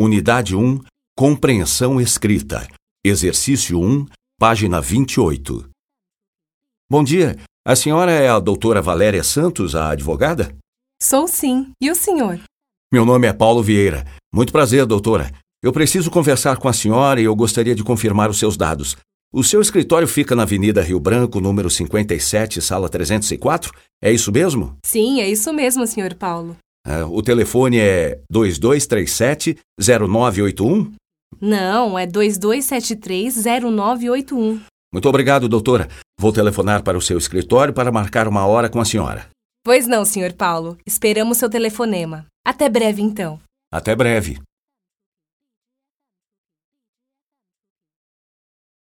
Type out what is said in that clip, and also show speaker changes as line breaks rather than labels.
Unidade 1 Compreensão escrita. Exercício 1, página 28. Bom dia. A senhora é a doutora Valéria Santos, a advogada?
Sou sim. E o senhor?
Meu nome é Paulo Vieira. Muito prazer, doutora. Eu preciso conversar com a senhora e eu gostaria de confirmar os seus dados. O seu escritório fica na Avenida Rio Branco, número 57, sala 304? É isso mesmo?
Sim, é isso mesmo, senhor Paulo.
Ah, o telefone é 2237-0981?
Não, é 22730981.
Muito obrigado, doutora. Vou telefonar para o seu escritório para marcar uma hora com a senhora.
Pois não, senhor Paulo. Esperamos seu telefonema. Até breve, então.
Até breve.